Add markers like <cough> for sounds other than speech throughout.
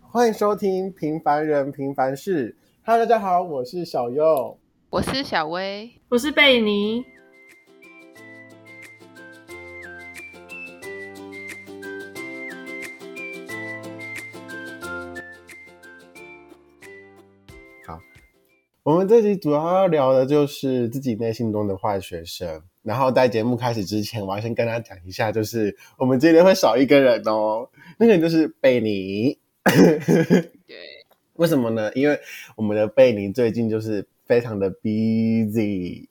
欢迎收听《平凡人平凡事》。Hello，大家好，我是小优。我是小薇，我是贝尼。我们这集主要要聊的就是自己内心中的坏学生。然后在节目开始之前，我要先跟大家讲一下，就是我们今天会少一个人哦，那个人就是贝尼。对，为什么呢？因为我们的贝尼最近就是非常的 busy，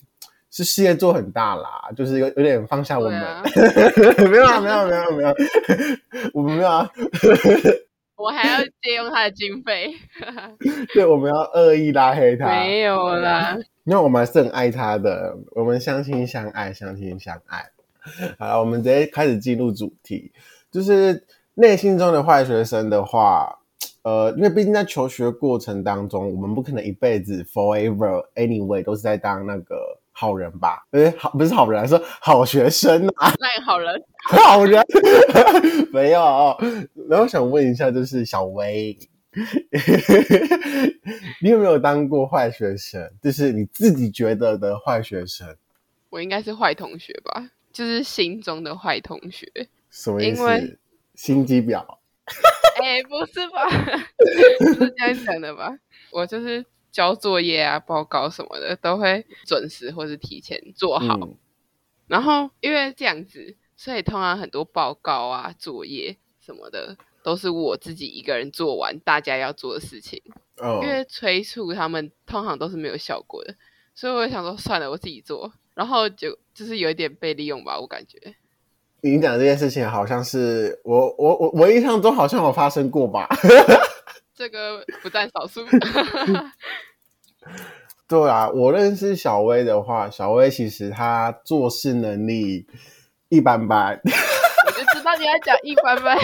是事业做很大啦，就是有有点放下我对们。啊， <laughs> 没有啊，没有啊没有啊没有啊，我们没有啊。我还要借用他的 <laughs> 经费，对，我们要恶意拉黑他。没有啦，那我们还是很爱他的，我们相亲相爱，相亲相爱。好了，我们直接开始进入主题，就是内心中的坏学生的话，呃，因为毕竟在求学过程当中，我们不可能一辈子 forever anyway 都是在当那个好人吧？呃，好不是好人，是好学生啊，烂好人，好人 <laughs> 没有。然后想问一下，就是小薇， <laughs> 你有没有当过坏学生？就是你自己觉得的坏学生，我应该是坏同学吧，就是心中的坏同 <laughs> 学。什么意因为思？心机婊哎、不是 <laughs> 吧？不是这样讲的吧？我就是交作业啊、报告什么的，都会准时或是提前做好。嗯然后因为这样子，所以通常很多报告啊、作业什么的，都是我自己一个人做完大家要做的事情。因嗯，为催促他们通常都是没有效果的，所以我就想说算了，我自己做，然后就就是有一点被利用吧，我感觉。你讲这件事情好像是我我我我印象中好像有发生过吧？ <laughs> 这个不占少数，对啊，我认识小薇的话，小薇其实她做事能力一般般，我就知道你要讲一般般。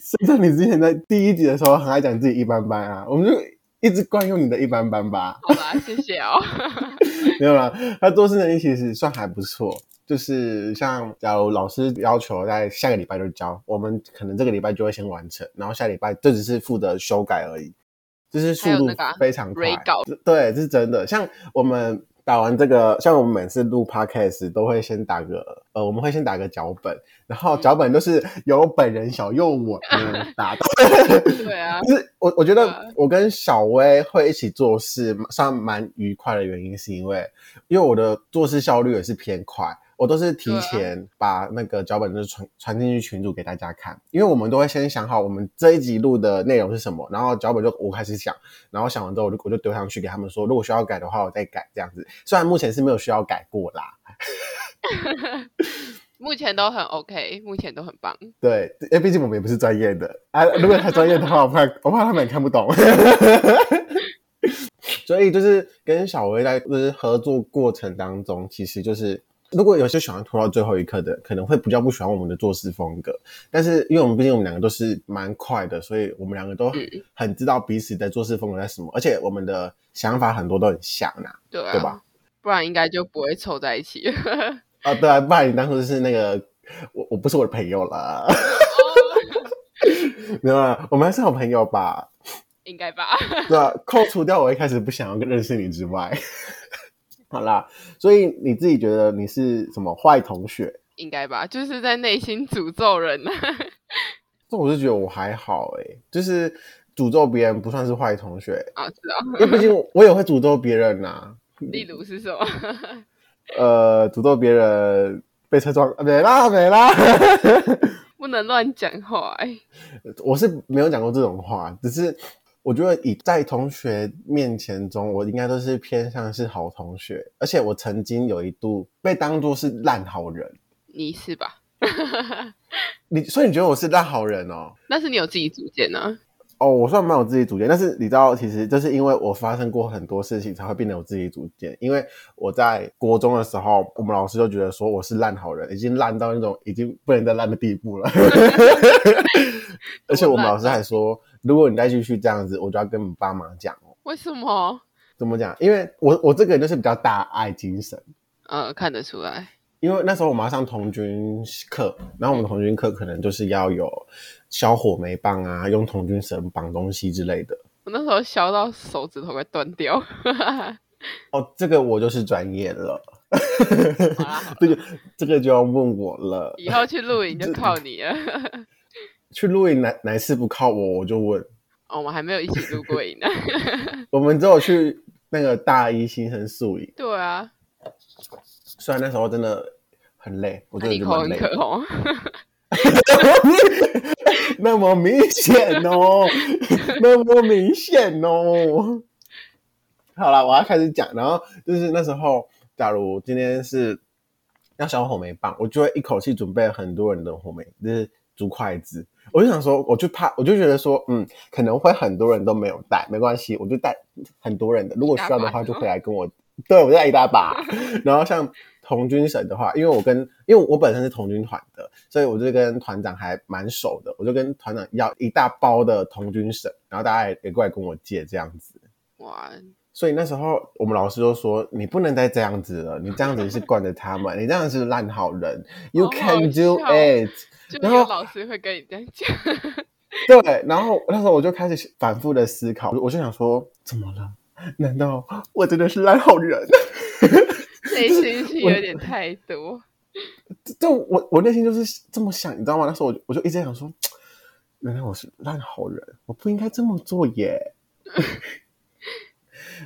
甚至你之前 <laughs> 在第一集的时候很爱讲自己一般般啊，我们就一直惯用你的一般般吧。好啦，谢谢哦。 <laughs> 没有啦，他做事能力其实算还不错，就是像假如老师要求在下个礼拜就交，我们可能这个礼拜就会先完成，然后下礼拜就只是负责修改而已，就是速还有度那个啊非常快。 re 稿对，这是真的。像我们打完这个，像我们每次录 podcast 都会先打个呃，我们会先打个脚本，然后脚本都是由本人小右我们打的。对啊，就是我我觉对啊得我跟小薇会一起做事，算蛮愉快的原因，是因为因为我的做事效率也是偏快，我都是提前把那个脚本就是传传进去群组给大家看，因为我们都会先想好我们这一集录的内容是什么，然后脚本就我开始想，然后想完之后我就我就丢上去给他们说，如果需要改的话我再改这样子，虽然目前是没有需要改过啦，目前都很 OK，目前都很棒。对，因为毕竟我们也不是专业的啊。如果他专业的话，我怕我怕他们也看不懂。 <laughs> 所以就是跟小薇在就是合作过程当中，其实就是如果有些喜欢拖到最后一刻的，可能会比较不喜欢我们的做事风格。但是因为我们毕竟我们两个都是蛮快的，所以我们两个都嗯很知道彼此的做事风格在什么，而且我们的想法很多都很像啊。对啊，对吧不然应该就不会凑在一起。 <laughs> 哦啊，对啊，不然你当初是那个我我不是我的朋友啦， <laughs> 没有啦，我们还是好朋友吧。应该吧？ <laughs> 对啊，扣除掉我一开始不想要认识你之外， <laughs> 好啦，所以你自己觉得你是什么坏同学？应该吧？就是在内心诅咒人啊呢、这我是觉得我还好诶、就是诅咒别人不算是坏同学， <laughs> 啊。是啊，因为毕竟我也会诅咒别人呐、例如是什么？ <laughs> 呃，诅咒别人被车撞，啊没啦没啦，不能乱讲话、哎，我是没有讲过这种话，只是我觉得以在同学面前中，我应该都是偏向是好同学，而且我曾经有一度被当作是烂好人。你是吧？你所以你觉得我是烂好人哦？但是你有自己主见呢、啊。哦，我算蛮有自己主见，但是你知道，其实就是因为我发生过很多事情，才会变得有自己主见。因为我在国中的时候，我们老师就觉得说我是烂好人，已经烂到那种已经不能再烂的地步了。而且我们老师还说，如果你再继续这样子，我就要跟你爸妈讲哦。为什么？怎么讲？因为我我这个人就是比较大爱精神，呃，看得出来，因为那时候我们要上童军课，然后我们童军课可能就是要有削火梅棒啊，用童军绳绑东西之类的。我那时候削到手指头快断掉。 <laughs> 哦，这个我就是专业了，好啦好啦 <laughs> 这个这个就要问我了。以后去露营就靠你了。 <laughs> 去露营哪哪次不靠我，我就问。哦，我们还没有一起露过营呢。 <laughs> 我们只有去那个大一新生宿营，对啊，虽然那时候真的很累，我真那的你是口蛮很累。渴红， <laughs> 那么明显哦，那么明显哦。好了，我要开始讲。然后就是那时候，假如今天是要削火梅棒，我就会一口气准备很多人的火梅，就是竹筷子。我就想说，我就怕，我就觉得说，嗯，可能会很多人都没有带，没关系，我就带很多人的。如果需要的话，一大把是嗯就吗回来跟我。对，我带一大把。 <laughs> 然后像童军绳的话，因为我跟因为我本身是童军团的，所以我就跟团长还蛮熟的，我就跟团长要一大包的童军绳，然后大家也也过来跟我借这样子。哇，所以那时候我们老师就说：“你不能再这样子了，你这样子是惯着他们，你这样是烂好人。You 好好 can do 笑 it。”就然有后老师会跟你这样讲。对，然后那时候我就开始反复的思考，我就想说：怎么了？难道我真的是烂好人？内心戏我有点太多，这我我内心就是这么想，你知道吗？那时候我就我就一直在想说，原来我是烂好人，我不应该这么做耶。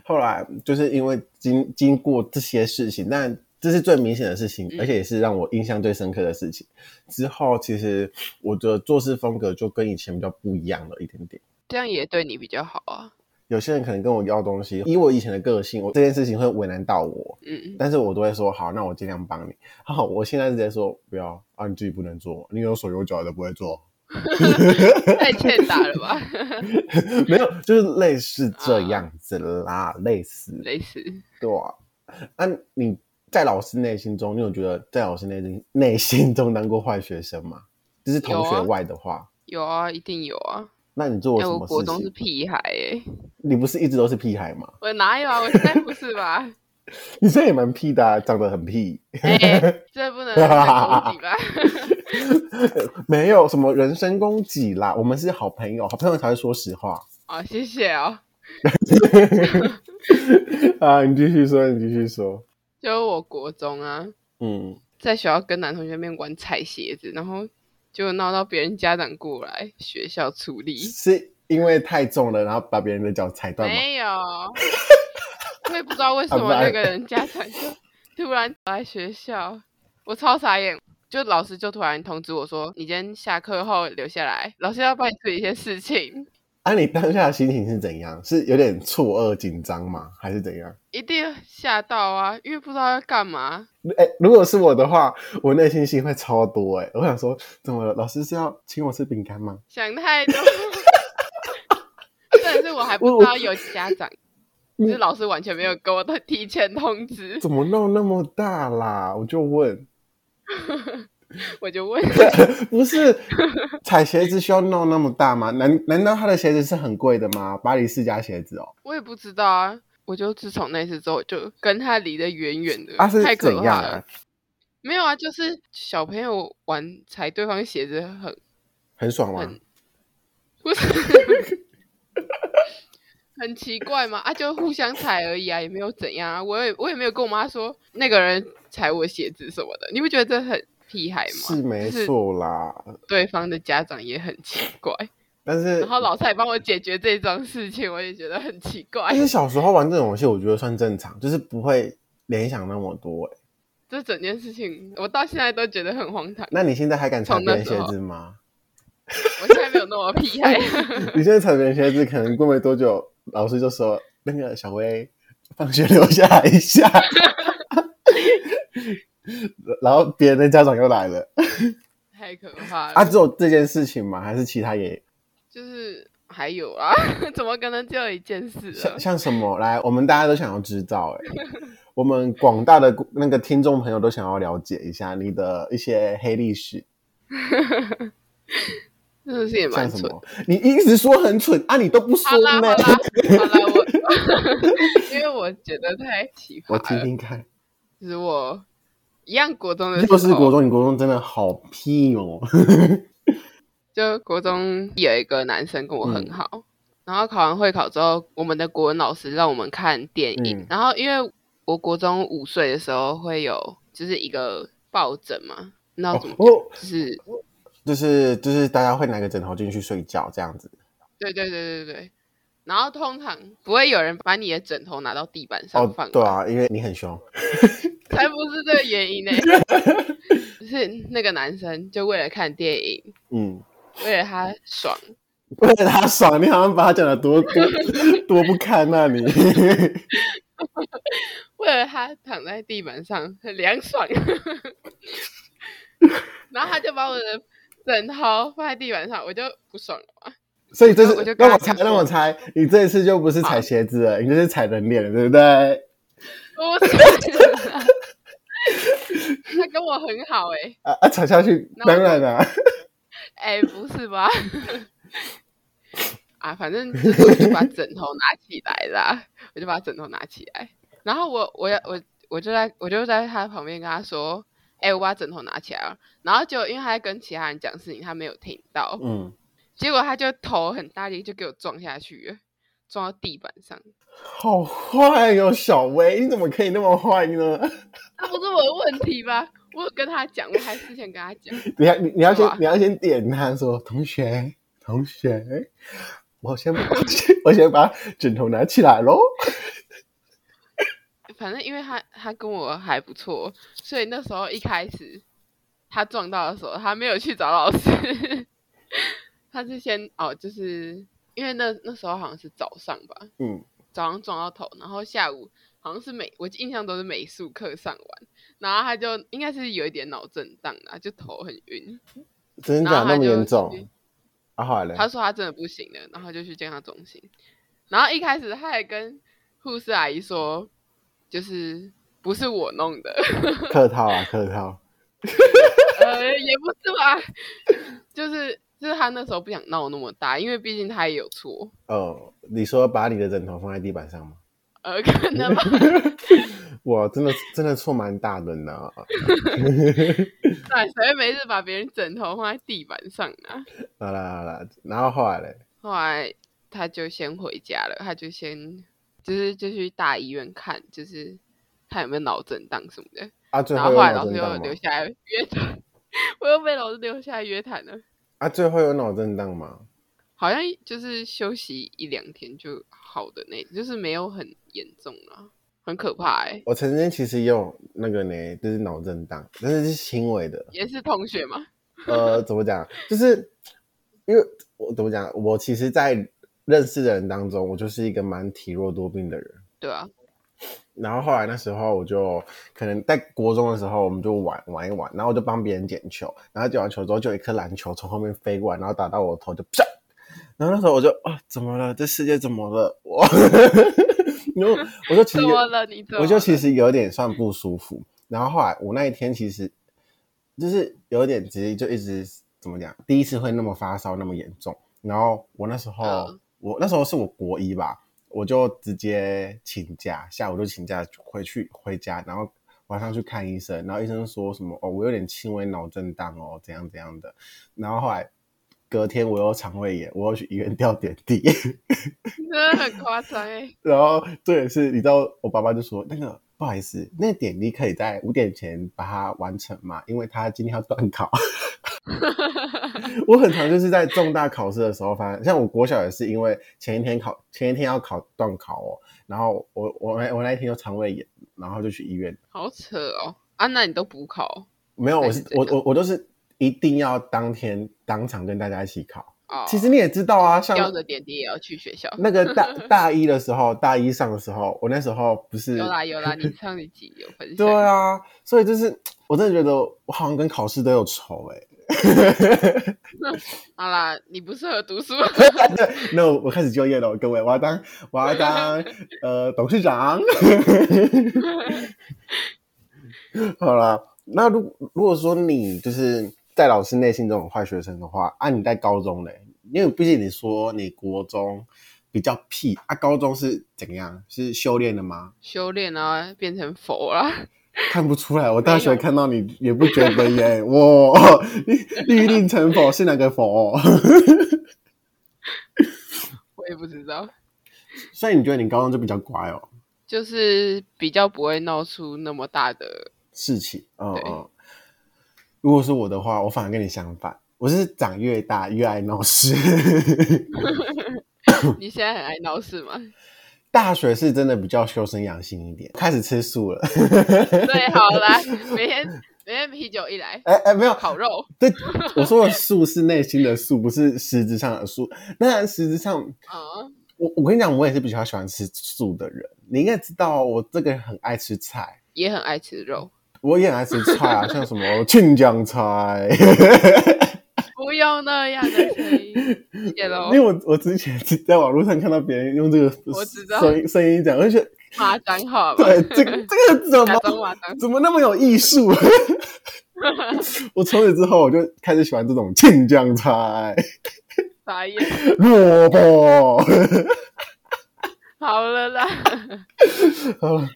后来就是因为经经过这些事情，但这是最明显的事情，嗯而且也是让我印象最深刻的事情。之后其实我的做事风格就跟以前比较不一样了一点点。 <laughs> 这样也对你比较好啊。有些人可能跟我要东西，以我以前的个性，我这件事情会为难到我，嗯，但是我都会说好，那我尽量帮你。好，我现在直接说不要啊，你自己不能做，你有手有脚都不会 <laughs> 做，太欠打了吧？ <laughs> 没有，就是类似这样子啦，类似类似，对啊。那、你在老师内心中，你有觉得在老师内心内心中当过坏学生吗？就是同有学啊外的话，有啊，一定有啊。那你做哎、了什我么国事中是情？屁孩哎、你不是一直都是屁孩吗？我哪有啊？我现在不是吧？你现在也蛮屁的、啊，长得很屁。 <laughs> 哎、这不能再攻击吧？ <laughs> 没有什么人身攻击啦，我们是好朋友，好朋友才会说实话 <laughs> 哦，谢谢哦。啊。你继续说，你继续说。就是我国中啊，嗯，在学校跟男同学面玩踩鞋子，然后就闹到别人家长过来学校处理。是因为太重了，然后把别人的脚踩断吗？啊没有， <laughs> 我也不知道为什很么慢那个人家长 <laughs> 就突然来学校，我超傻眼。就老师就突然通知我说，你今天下课后留下来，老师要帮你处理一些事情，啊，你当下的心情是怎样？是有点错愕、紧张吗？还是怎样？一定吓到啊，因为不知道要干嘛。哎、如果是我的话，我内心戏会超多哎、我想说，怎么了？老师是要请我吃饼干吗？想太多。但是我还不知道有家长，我就是老师完全没有给我的提前通知， <laughs> 怎么闹那么大啦？我就问，我 <laughs> 就问，不 <laughs> 是踩鞋子需要闹那么大吗？难难道他的鞋子是很贵的吗？巴黎世家鞋子哦。我也不知道啊。我就自从那次之后，我就跟他离得远远的，啊是太可怎样怕了啊。？没有啊，就是小朋友玩踩对方鞋子很很爽吗？很不是很奇怪嘛？啊，就互相踩而已啊，也没有怎样啊。我也我也没有跟我妈说那个人踩我鞋子什么的，你不觉得这很屁孩吗？是没就是错啦，对方的家长也很奇怪，但是然后老师还帮我解决这桩事情，我也觉得很奇怪但。是小时候玩这种游戏，我觉得算正常，就是不会联想那么多、欸。这整件事情我到现在都觉得很荒唐。那你现在还敢踩从别哦那人时鞋候子吗？我现在没有 <laughs> 那么屁孩，你现在踩别人鞋子，可能过没多久，老师就说那个小薇放学留下来一下，然后别人的家长又来了太可怕了。啊！只有这件事情吗？还是其他也就是还有啊， <laughs> 怎么可能只有一件事啊像？像什么？来，我们大家都想要知道、哎，我们广大的那个听众朋友都想要了解一下你的一些黑历史，真的是也蛮像什蠢。么？你一直说很蠢啊，你都不好说啦好呢啦。好啦，我 <laughs> 因为我觉得太奇葩我听了，听看，就是我一样国中的，就是国，中，你国中真的好屁哦。就国中有一个男生跟我嗯很好，然后考完会考之后，我们的国文老师让我们看电影，嗯然后因为我国中五岁的时候会有就是一个抱枕嘛，那怎么讲、哦，就是 <laughs> 就是就是大家会拿个枕头进去睡觉这样子。哦对对对对对，然后通常不会有人把你的枕头拿到地板哦上放，吧，对啊，因为你很凶。才不是这个原因 <laughs> 呢、<laughs> 就是那个男生就为了看电影，嗯，为了他爽，为了他爽，你好像把他讲的多多多不堪啊你。 <laughs> 为了他躺在地板上很凉爽， <laughs> 然后他就把我的枕头放在地板上，我就不爽了嘛。所以这我是就跟让我他猜，讲说让我猜，你这一次就不是踩鞋子了，你这是踩人脸了，对不对？我不爽 <laughs> 他跟我很好哎、啊啊，踩下去，那我当然啦、 <laughs> 哎、不是吧？ <laughs> 啊，反正就是我就把枕头拿起来啦，我就把枕头拿起来，然后我我要我我就在我就在他旁边跟他说，哎、我把枕头拿起来了，然后就因为他在跟其他人讲事情，他没有听到，嗯，结果他就头很大力就给我撞下去了，撞到地板上，好坏哟、小薇，你怎么可以那么坏呢？ <laughs> 那不是我的问题吧？我有跟他讲，我还之前跟他讲，你要你你要先哇你要先点他说，同学同学，我先我先 <laughs> 我先把枕头拿起来喽。 <laughs> 反正因为他他跟我还不错，所以那时候一开始他撞到的时候，他没有去找老师， <laughs> 他是先哦，就是因为那那时候好像是早上吧，嗯，早上撞到头，然后下午好像是美，我印象都是美术课上完，然后他就应该是有一点脑震荡啊，就头很晕，真的然假后那他么就严去重？啊，好嘞，他说他真的不行了，然后他就去健康中心。然后一开始他还跟护士阿姨说，就是不是我弄的，客套啊客套。呃，也不是吧，就是就是他那时候不想闹那么大，因为毕竟他也有错，哦，你说把你的枕头放在地板上吗？呃，可能吧，我真的真的错蛮大的啊呢。对，谁会没事把别人枕头放在地板上啊？好啦好啦，然后后来嘞，后来他就先回家了，他就先就是就去大医院看，就是看有没有脑震荡什么的，啊，最然后后有后来脑老师震又荡吗留？下来约谈，我又被老师留下来约谈了，啊，最后有脑震荡吗？好像就是休息一两天就好的那，就是没有很严重啦，很可怕哎、我曾经其实也有那个呢，就是脑震荡，但是是轻微的。也是同学嘛， <laughs> 呃，怎么讲？就是因为我怎么讲？我其实，在认识的人当中，我就是一个蛮体弱多病的人。对啊，然后后来那时候我就可能在国中的时候，我们就玩玩一玩，然后我就帮别人捡球，然后捡完球之后，就有一颗篮球从后面飞过来，然后打到我的头，就啪！然后那时候我就啊、怎么了？这世界怎么了？我， <laughs> 然后我就其怎实么了？你怎么了？我就其实有点算不舒服。然后后来我那一天其实就是有点直接就一直怎么讲，第一次会那么发烧那么严重。然后我那时候、嗯我那时候是我国一吧，我就直接请假，下午就请假回去回家，然后晚上去看医生，然后医生说什么哦，我有点轻微脑震荡哦，怎样怎样的。然后后来隔天我又肠胃炎，我又去医院吊点滴。真的很夸张哎，然后这也是你知道，我爸爸就说那个不好意思，那点滴可以在五点前把它完成嘛，因为他今天要断考。 <laughs> 我很常就是在重大考试的时候发生，像我国小也是因为前一天考，前一天要考断考哦，然后我我那我那一天就肠胃炎，然后就去医院。 <laughs> 好扯哦！啊，那你都补考没有，我还是是我怎我我都是一定要当天当场跟大家一起考。哦？其实你也知道啊，像吊着点滴也要去学校。那个 <laughs> 大大一的时候，大一上的时候，我那时候不是有啦有啦，你上一集有分享。对，啊，所以就是我真的觉得我好像跟考试都有仇哎、好啦，你不适合读书， <laughs> 那我我开始就业了，各位，我要当我要当呃董事长。 <laughs> 好啦，那如如果说你就是在老师内心中有坏学生的话，啊，你在高中嘞，因为毕竟你说你国中比较屁啊，高中是怎样？是修炼的吗？修炼啊，变成佛啦。看不出来，我大学看到你也不觉得耶，哇，你立定成佛是哪个佛、哦？我也不知道，所以你觉得你高中就比较乖哦？就是比较不会闹出那么大的，事情，嗯对嗯。如果是我的话，我反而跟你相反，我是长越大越爱闹事。你现在很爱闹事吗？ <laughs> 大学是真的比较修身养性一点，开始吃素了。对，好啦，每天每天啤酒一来，哎哎，没有，烤肉对，我说的素是内心的素，不是实质上的素。当然，实质上啊、嗯，我我跟你讲，我也是比较喜欢吃素的人。你应该知道，我这个人很爱吃菜，也很爱吃肉。我也很爱吃菜啊， <laughs> 像什么青江菜。不用那样的声音，谢谢喽 <laughs> 因为。我我之前在网络上看到别人用这个哦我知道声音声音讲，我就觉得骂脏话吧， <laughs> 对这个这个怎假装么骂脏怎么那么有艺术？ <laughs> 我从此之后我就开始喜欢这种青江菜、 <laughs> 傻眼。萝卜。 <laughs> 好了啦，好了，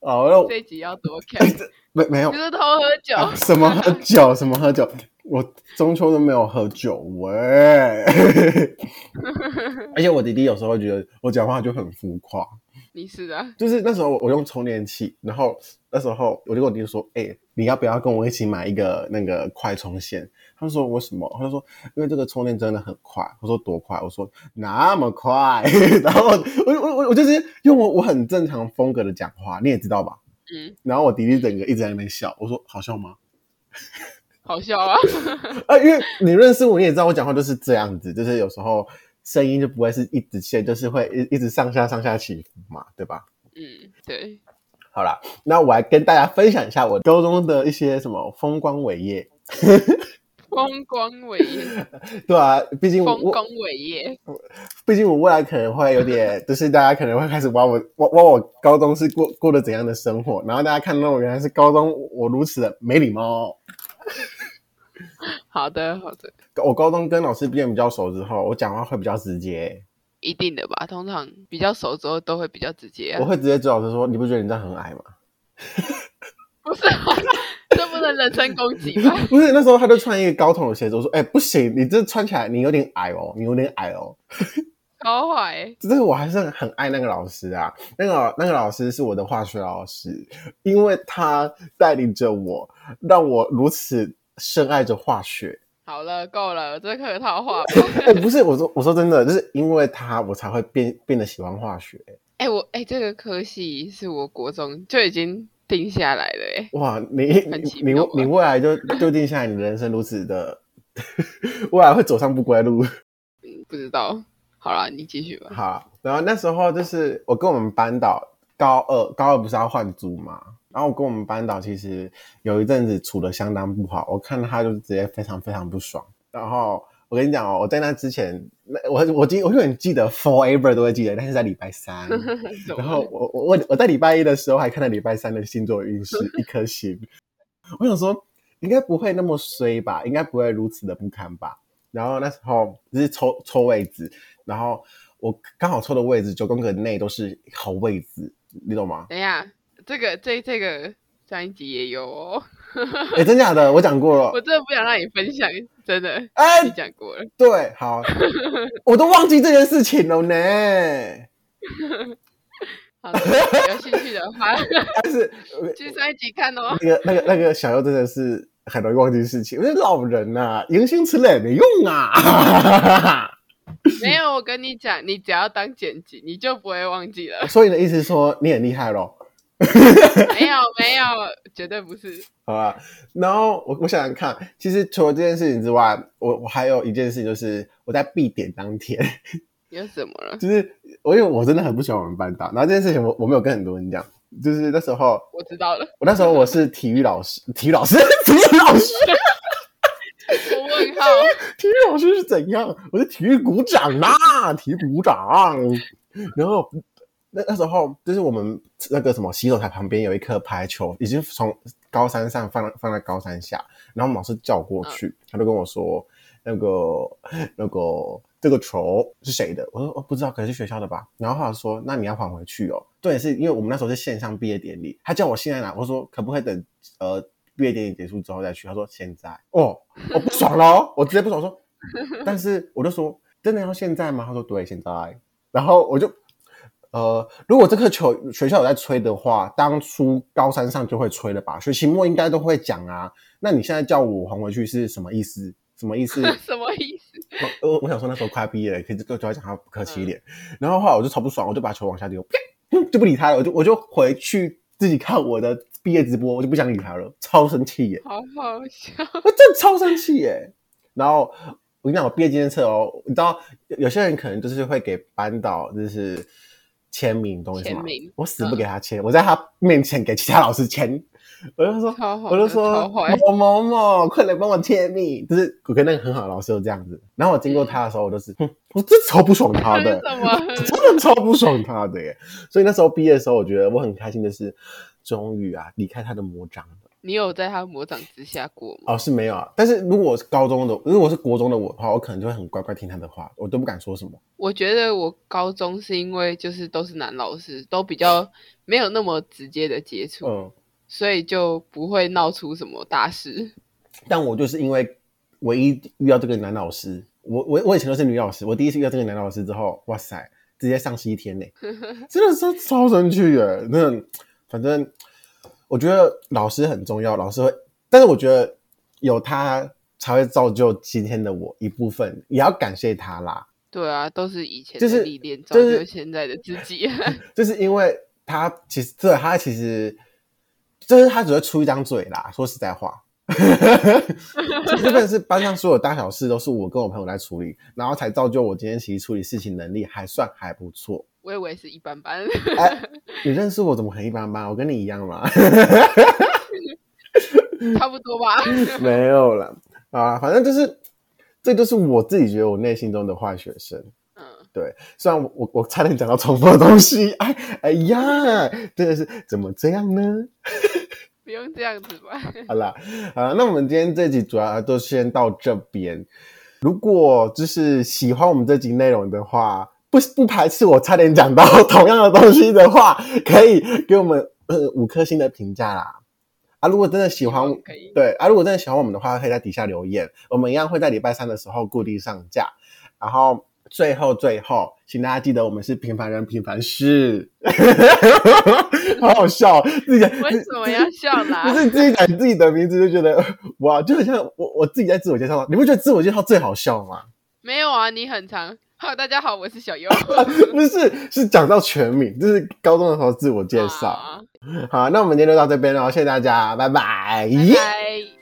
好了，这一集要多看，哎这没没有你是偷喝酒，啊什么喝酒，什么喝酒，我中秋都没有喝酒喂。 <laughs> 而且我弟弟有时候会觉得我讲话就很浮夸，你是的，就是那时候我我用充电器，然后那时候我就跟我弟弟说：“哎、你要不要跟我一起买一个那个快充线？”他说：“为什么？”他就说：“因为这个充电真的很快。”我说：“多快？”我说：“那么快。”然后我 <laughs> 我我我就是用我我很正常风格的讲话，你也知道吧？嗯，然后我弟弟整个一直在那边笑，我说：“好笑吗？”好笑啊， <laughs> 啊，因为你认识我，你也知道我讲话就是这样子，就是有时候声音就不会是一直线，就是会一一直上下上下起伏嘛，对吧？嗯，对，好啦，那我来跟大家分享一下我高中的一些什么风光伟业，风光伟业，对啊，毕竟风我光伟业，毕竟我未来可能会有点，就是大家可能会开始挖我挖挖我高中是过过的怎样的生活，然后大家看到我原来是高中我如此的没礼貌。哦好的，好的，我高中跟老师变比较熟之后，我讲话会比较直接，一定的吧，通常比较熟之后都会比较直接、我啊，会直接指老师说：“你不觉得你这样很矮吗？”不是、啊， <laughs> 这不能人身攻击吧？ <laughs> 不是那时候他就穿一个高筒的鞋子，我说：“哎、不行，你这穿起来你有点矮哦，你有点矮哦。 <laughs> 超坏”，但是我还是很很爱那个老师啊，那个那个老师是我的化学老师，因为他带领着我，让我如此深爱着化学。好了，够了，这客套话吧。哎、不是我说我说真的，就是因为他我才会变变得喜欢化学。 <laughs> 哎、我哎、这个科系是我国中就已经定下来了、哎，哇，你你很奇你妙啊你未来就就定下来，你的人生如此的， <laughs> 未来会走上不归路。不知道。好啦，你继续 <laughs> 吧。好，然后那时候就是我跟我们班导高二，高二不是要换组嘛，然后我跟我们班导其实有一阵子处的相当不好，我看他就直接非常非常不爽。然后我跟你讲哦，我在那之前，那我我记我永远记得 forever 都会记得，但是在礼拜三，怎么然后我我我我在礼拜一的时候还看到礼拜三的星座运势一颗星，我想说应该不会那么衰吧，应该不会如此的不堪吧。然后那时候只是抽抽位置，然后我刚好抽的位置九宫格内都是好位置，你懂 <laughs> 吗？等一下，这个这这个上一集也有哦，哎、真假的，我讲过我了。真的不想让你分享，真的，哎、你讲过了，对，好，我都忘记这件事情了呢。好的，有兴趣的话 <laughs> 但是去上一集看哦。那个、那个、那个小优真的是很容易忘记事情，我是老人呐、啊，迎新吃了也没用啊。 <laughs> 没有，我跟你讲，你只要当剪辑，你就不会忘记了。所以你的意思是说你很厉害咯？没有，没有，绝对不是。好吧，然后我我想想看，其实除了这件事情之外，我我还有一件事情就是我在必点当天， <laughs> 又怎么了？就是我因为我真的很不喜欢我们班导，然后这件事情我我没有跟很多人讲，就是那时候我知道了。我那时候我是体育老师，体育老师， <laughs> 体育老师，我问 <laughs> 号，体育老师是怎样？我是体育股长呐、 <laughs> 体育股长。然后那那时候就是我们那个什么洗手台旁边有一颗排球，已经从高山上放到放在高山下，然后我们老师叫我过去，他就跟我说那个那个这个球是谁的？我说哦不知道，可能是学校的吧。然后他说那你要还回去哦。对，是因为我们那时候是线上毕业典礼，他叫我现在拿，我说可不可以等呃毕业典礼结束之后再去？他说现在哦，我不爽了，我直接不爽，我说，但是我就说真的要现在吗？他说对，现在。然后我就呃，如果这个球学校有在吹的话，当初高三上就会吹了吧？学期末应该都会讲啊。那你现在叫我还回去是什么意思？什么意 <laughs> 思？什么意思？我我我想说那时候快毕业了，可以就就要讲他不客气一点。然后后来我就超不爽，我就把球往下丢，就不理他了。我就我就回去自己看我的毕业直播，我就不想理他了，超生气耶！好好笑。我真的超生气耶！然后我跟你讲，我毕业纪念册哦，你知道有有些人可能就是会给班导就是签名，你懂我意思吗签名？我死不给他签，我在他面前给其他老师签，我就说超好的我就说超坏某某某，快来帮我签名。就是我跟那个很好的老师都这样子。然后我经过他的时候，我就是，哼，我真的超不爽他的，嗯他是什么 <laughs> 真的超不爽他的耶。所以那时候毕业的时候，我觉得我很开心的是，终于啊离开他的魔掌了。你有在他魔掌之下过吗？哦，是没有啊。但是如果我是高中的，如果是国中的我的话，我可能就会很乖乖听他的话，我都不敢说什么。我觉得我高中是因为就是都是男老师，都比较没有那么直接的接触，嗯，所以就不会闹出什么大事。但我就是因为唯一遇到这个男老师，我我我以前都是女老师，我第一次遇到这个男老师之后，哇塞，直接丧失一天呢、真的是超生气耶！真的，反正我觉得老师很重要，老师会，但是我觉得有他才会造就今天的我一部分，也要感谢他啦。对啊，都是以前就是的历练造就是就现在的自己。 <laughs> 就是因为他其实对他其实就是他只会出一张嘴啦，说实在话。 <laughs> 其实真的是班上所有大小事都是我跟我朋友在处理，然后才造就我今天其实处理事情能力还算还不错。我以为是一般般， <laughs> 哎，你认识我怎么很一般般？我跟你一样嘛，嗯差不多吧。没有啦，啊，反正就是这就是我自己觉得我内心中的坏学生。嗯，对，虽然我我我差点讲到重复的东西，哎哎呀，真的是怎么这样呢？不用这样子吧。 <laughs> 好啦，好啦，那我们今天这集主要都先到这边。如果就是喜欢我们这集内容的话，不不排斥我差点讲到同样的东西的话，可以给我们呃五颗星的评价啦。啊，如果真的喜 <laughs> 欢希望可以对啊，如果真的喜欢我们的话，可以在底下留言，我们一样会在礼拜三的时候固定上架。然后最后最后，请大家记得我们是平凡人平凡事， <laughs> 好好笑，哦自己为什么要笑啦 <laughs> 不是自己讲自己的名字就觉得 <laughs> 哇，就很像我我自己在自我介绍，你不觉得自我介绍最好笑吗？没有啊，你很长。Hello，大家好，我是小优。不是，是讲到全名，就是高中的 <laughs> 时候自我介绍。啊，好，那我们今天就到这边了，谢谢大家，拜拜拜拜。